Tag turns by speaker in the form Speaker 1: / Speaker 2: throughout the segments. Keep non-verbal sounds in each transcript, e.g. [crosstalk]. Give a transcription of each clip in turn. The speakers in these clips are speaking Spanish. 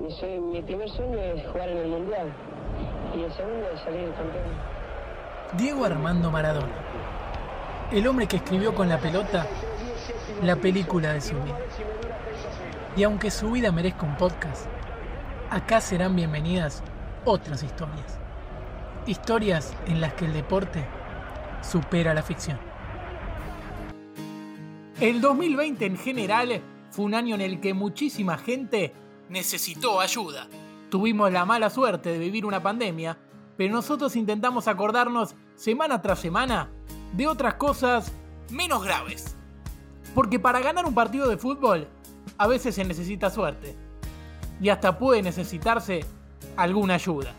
Speaker 1: mi, sue- mi primer sueño es jugar en el Mundial y el segundo es salir campeón.
Speaker 2: Diego Armando Maradona, el hombre que escribió con la pelota la película de su vida. Y aunque su vida merezca un podcast, acá serán bienvenidas otras historias. Historias en las que el deporte supera la ficción. El 2020 en general fue un año en el que muchísima gente necesitó ayuda. Tuvimos la mala suerte de vivir una pandemia, pero nosotros intentamos acordarnos semana tras semana de otras cosas menos graves. Porque para ganar un partido de fútbol a veces se necesita suerte. Y hasta puede necesitarse alguna ayuda.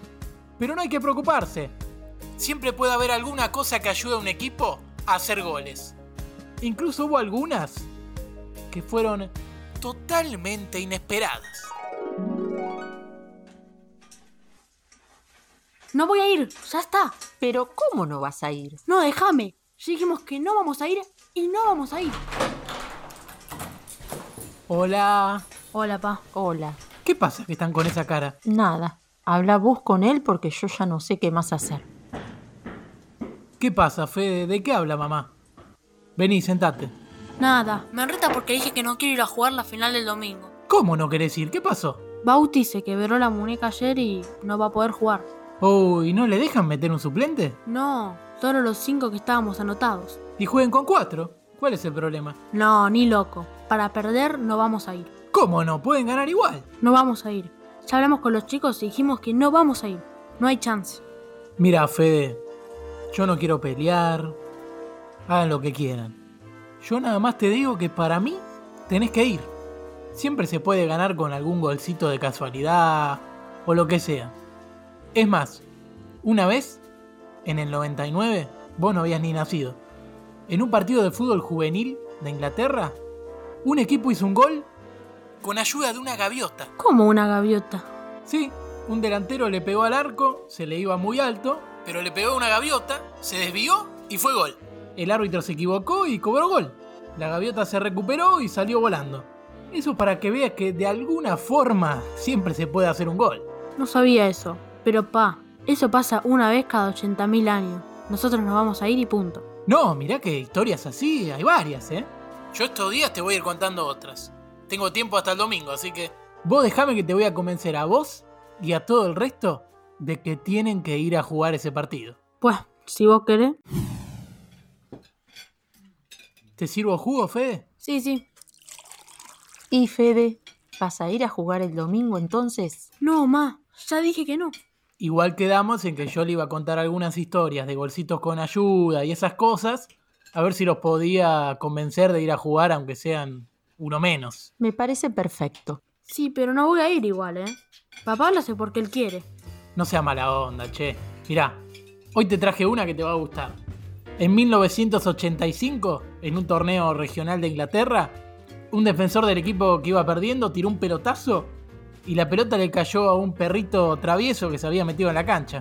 Speaker 2: Pero no hay que preocuparse. Siempre puede haber alguna cosa que ayude a un equipo a hacer goles. Incluso hubo algunas que fueron totalmente inesperadas.
Speaker 3: No voy a ir, ya está.
Speaker 4: Pero ¿cómo no vas a ir?
Speaker 3: No, déjame. Ya dijimos que no vamos a ir y no vamos a ir.
Speaker 2: Hola.
Speaker 3: Hola, pa.
Speaker 4: Hola.
Speaker 2: ¿Qué pasa que están con esa cara?
Speaker 3: Ah.
Speaker 4: Nada. Habla vos con él porque yo ya no sé qué más hacer.
Speaker 2: ¿Qué pasa, Fede? ¿De qué habla mamá? Vení, sentate.
Speaker 3: Nada. Me reta porque dije que no quiero ir a jugar la final del domingo.
Speaker 2: ¿Cómo no querés ir? ¿Qué pasó?
Speaker 3: Bauti se quebró la muñeca ayer y no va a poder jugar.
Speaker 2: Uy, ¿no le dejan meter un suplente?
Speaker 3: No, solo los cinco que estábamos anotados.
Speaker 2: Y jueguen con cuatro. ¿Cuál es el problema?
Speaker 3: No, ni loco. Para perder no vamos a ir.
Speaker 2: ¿Cómo no? Pueden ganar igual.
Speaker 3: No vamos a ir. Ya hablamos con los chicos y dijimos que no vamos a ir. No hay chance.
Speaker 2: Mira, Fede, yo no quiero pelear. Hagan lo que quieran. Yo nada más te digo que para mí tenés que ir. Siempre se puede ganar con algún golcito de casualidad o lo que sea. Es más, una vez, en el 99, vos no habías ni nacido. En un partido de fútbol juvenil de Inglaterra, un equipo hizo un gol con ayuda de una gaviota.
Speaker 3: Como una gaviota.
Speaker 2: Sí, un delantero le pegó al arco, se le iba muy alto, pero le pegó una gaviota, se desvió y fue gol. El árbitro se equivocó y cobró gol. La gaviota se recuperó y salió volando. Eso es para que veas que de alguna forma siempre se puede hacer un gol.
Speaker 3: No sabía eso. Pero pa, eso pasa una vez cada 80.000 años. Nosotros nos vamos a ir y punto.
Speaker 2: No, mirá que historias así hay varias, ¿eh? Yo estos días te voy a ir contando otras. Tengo tiempo hasta el domingo, así que... Vos dejame que te voy a convencer a vos y a todo el resto de que tienen que ir a jugar ese partido.
Speaker 3: Pues, si vos querés.
Speaker 2: ¿Te sirvo jugo, Fede?
Speaker 3: Sí, sí.
Speaker 4: ¿Y Fede? ¿Vas a ir a jugar el domingo entonces?
Speaker 3: No, ma, ya dije que no.
Speaker 2: Igual quedamos en que yo le iba a contar algunas historias de golcitos con ayuda y esas cosas, a ver si los podía convencer de ir a jugar, aunque sean uno menos.
Speaker 4: Me parece perfecto.
Speaker 3: Sí, pero no voy a ir igual, ¿eh? Papá lo hace porque él quiere.
Speaker 2: No sea mala onda, che. Mirá, hoy te traje una que te va a gustar. En 1985, en un torneo regional de Inglaterra, un defensor del equipo que iba perdiendo tiró un pelotazo y la pelota le cayó a un perrito travieso que se había metido en la cancha.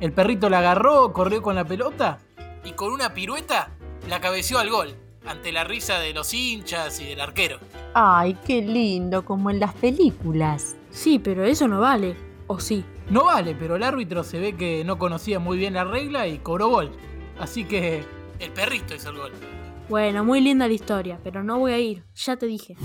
Speaker 2: El perrito la agarró, corrió con la pelota y con una pirueta la cabeció al gol, ante la risa de los hinchas y del arquero.
Speaker 4: Ay, qué lindo, como en las películas.
Speaker 3: Sí, pero eso no vale. ¿O sí?
Speaker 2: No vale, pero el árbitro se ve que no conocía muy bien la regla y cobró gol. Así que... El perrito hizo el gol.
Speaker 3: Bueno, muy linda la historia, pero no voy a ir. Ya te dije.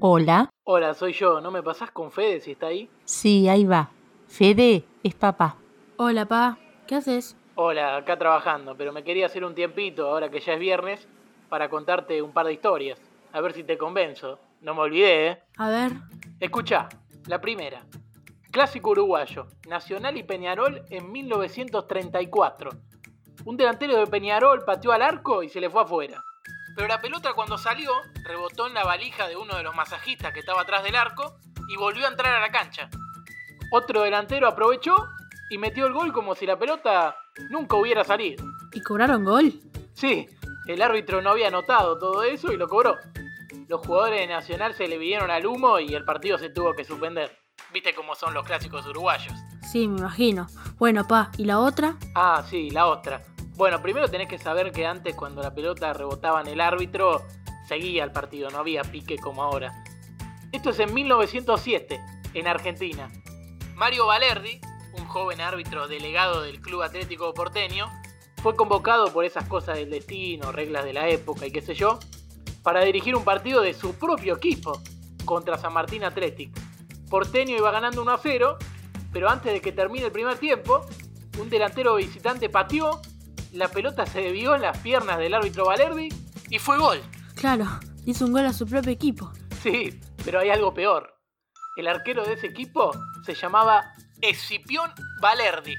Speaker 4: Hola.
Speaker 2: Hola, soy yo. ¿No me pasás con Fede si está ahí?
Speaker 4: Sí, ahí va. Fede es papá.
Speaker 3: Hola, pa. ¿Qué haces?
Speaker 2: Hola, acá trabajando, pero me quería hacer un tiempito, ahora que ya es viernes, para contarte un par de historias. A ver si te convenzo. No me olvidé, ¿eh?
Speaker 3: A ver.
Speaker 2: Escucha, la primera. Clásico uruguayo, Nacional y Peñarol en 1934. Un delantero de Peñarol pateó al arco y se le fue afuera. Pero la pelota cuando salió rebotó en la valija de uno de los masajistas que estaba atrás del arco y volvió a entrar a la cancha. Otro delantero aprovechó y metió el gol como si la pelota nunca hubiera salido.
Speaker 3: ¿Y cobraron gol?
Speaker 2: Sí, el árbitro no había notado todo eso y lo cobró. Los jugadores de Nacional se le vinieron al humo y el partido se tuvo que suspender. Viste cómo son los clásicos uruguayos.
Speaker 3: Sí, me imagino. Bueno, pa, ¿y la otra?
Speaker 2: Ah, sí, la otra. Bueno, primero tenés que saber que antes cuando la pelota rebotaba en el árbitro, seguía el partido, no había pique como ahora. Esto es en 1907, en Argentina. Mario Valerdi, un joven árbitro delegado del Club Atlético Porteño, fue convocado por esas cosas del destino, reglas de la época y qué sé yo, para dirigir un partido de su propio equipo contra San Martín Athletic. Porteño iba ganando 1 a 0, pero antes de que termine el primer tiempo, un delantero visitante pateó, la pelota se debió en las piernas del árbitro Valerdi y fue gol. [laughs]
Speaker 3: Claro, [laughs] hizo un gol a su propio equipo.
Speaker 2: Sí, pero hay algo peor. El arquero de ese equipo se llamaba Escipión Valerdi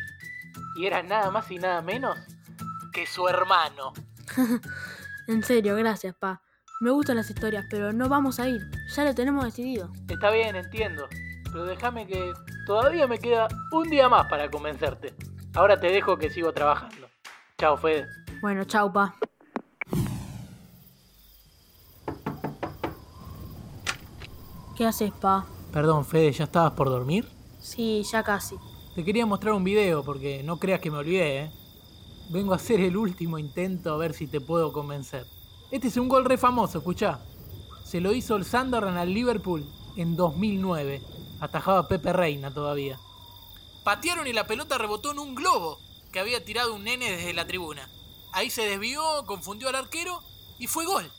Speaker 2: y era nada más y nada menos que su hermano.
Speaker 3: En serio, gracias, pa. Me gustan las historias, pero no vamos a ir. Ya lo tenemos decidido.
Speaker 2: Está bien, entiendo. Pero déjame que todavía me queda un día más para convencerte. Ahora te dejo que sigo trabajando. Chao, Fede.
Speaker 3: Bueno, chau, pa. ¿Qué haces, pa?
Speaker 2: Perdón, Fede, ¿ya estabas por dormir?
Speaker 3: Sí, ya casi.
Speaker 2: Te quería mostrar un video porque no creas que me olvidé, ¿eh? Vengo a hacer el último intento a ver si te puedo convencer. Este es un gol re famoso, escuchá. Se lo hizo el Sunderland al Liverpool en 2009. Atajaba Pepe Reina todavía. Patearon y la pelota rebotó en un globo que había tirado un nene desde la tribuna. Ahí se desvió, confundió al arquero y fue gol.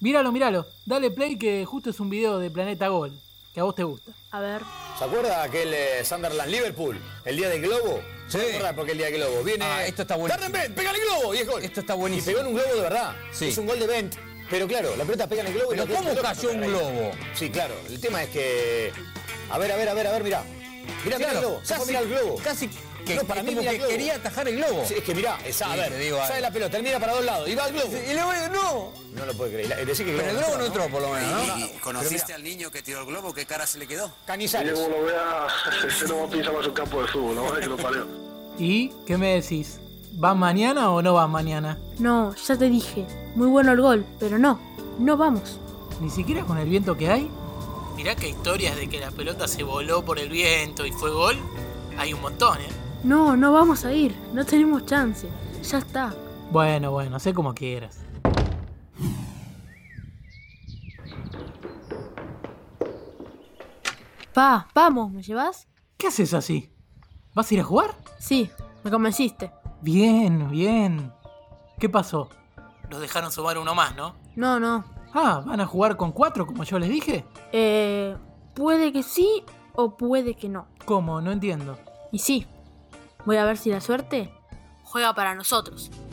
Speaker 2: Míralo, míralo. Dale play que justo es un video de Planeta Gol, que a vos te gusta.
Speaker 3: A ver.
Speaker 5: ¿Se acuerda aquel eh, Sunderland Liverpool? El día del globo.
Speaker 6: Sí.
Speaker 5: ¿Se acuerda porque el día del globo? Viene.
Speaker 6: Ah, esto está buenísimo.
Speaker 5: Darden Bent, pega el globo y es gol.
Speaker 6: Esto está
Speaker 5: Y
Speaker 6: buenísimo.
Speaker 5: pegó en un globo de verdad.
Speaker 6: Sí.
Speaker 5: Es un gol de Bent. Pero claro, la pelota pega en el globo
Speaker 6: Pero
Speaker 5: y la
Speaker 6: ¿cómo
Speaker 5: pelota-
Speaker 6: cayó un globo?
Speaker 5: Sí, claro. El tema es que. A ver, a ver, a ver, a ver, mirá. Mirá, mirá el globo. Se fue a mirar el globo.
Speaker 6: Casi que,
Speaker 5: No, para
Speaker 6: es
Speaker 5: mí
Speaker 6: como
Speaker 5: mira
Speaker 6: que
Speaker 5: el globo.
Speaker 6: quería atajar el globo.
Speaker 5: Sí, es que mirá, esa, a
Speaker 6: Sí,
Speaker 5: ver,
Speaker 6: te digo
Speaker 5: sale
Speaker 6: algo.
Speaker 5: la pelota, él mira para dos lados y va al globo.
Speaker 6: Y luego no.
Speaker 5: No lo puede creer. La- Decí que
Speaker 6: Pero el globo no entró, por lo menos, ¿no?
Speaker 7: ¿Y conociste al niño que tiró el globo? ¿Qué cara se le quedó?
Speaker 5: Canizales.
Speaker 8: Yo no voy [laughs] a, yo no voy a pisar más un campo de fútbol, la verdad [laughs] que lo pareo.
Speaker 2: ¿Y qué me decís? ¿Vas mañana o no vas mañana?
Speaker 3: No, ya te dije. Muy bueno el gol, pero no. No vamos.
Speaker 2: ¿Ni siquiera con el viento que hay? Mirá que historias de que la pelota se voló por el viento y fue gol. Hay un montón, ¿eh?
Speaker 3: No, no vamos a ir. No tenemos chance. Ya está.
Speaker 2: Bueno, bueno, sé como quieras.
Speaker 3: Pa, vamos, ¿me llevas?
Speaker 2: ¿Qué haces así? ¿Vas a ir a jugar?
Speaker 3: Sí, me convenciste.
Speaker 2: Bien, bien. ¿Qué pasó? Los dejaron sumar uno más, ¿no?
Speaker 3: No, no.
Speaker 2: Ah, ¿van a jugar con cuatro como yo les dije?
Speaker 3: Eh, puede que sí o puede que no.
Speaker 2: ¿Cómo? No entiendo.
Speaker 3: Y sí, voy a ver si la suerte juega para nosotros.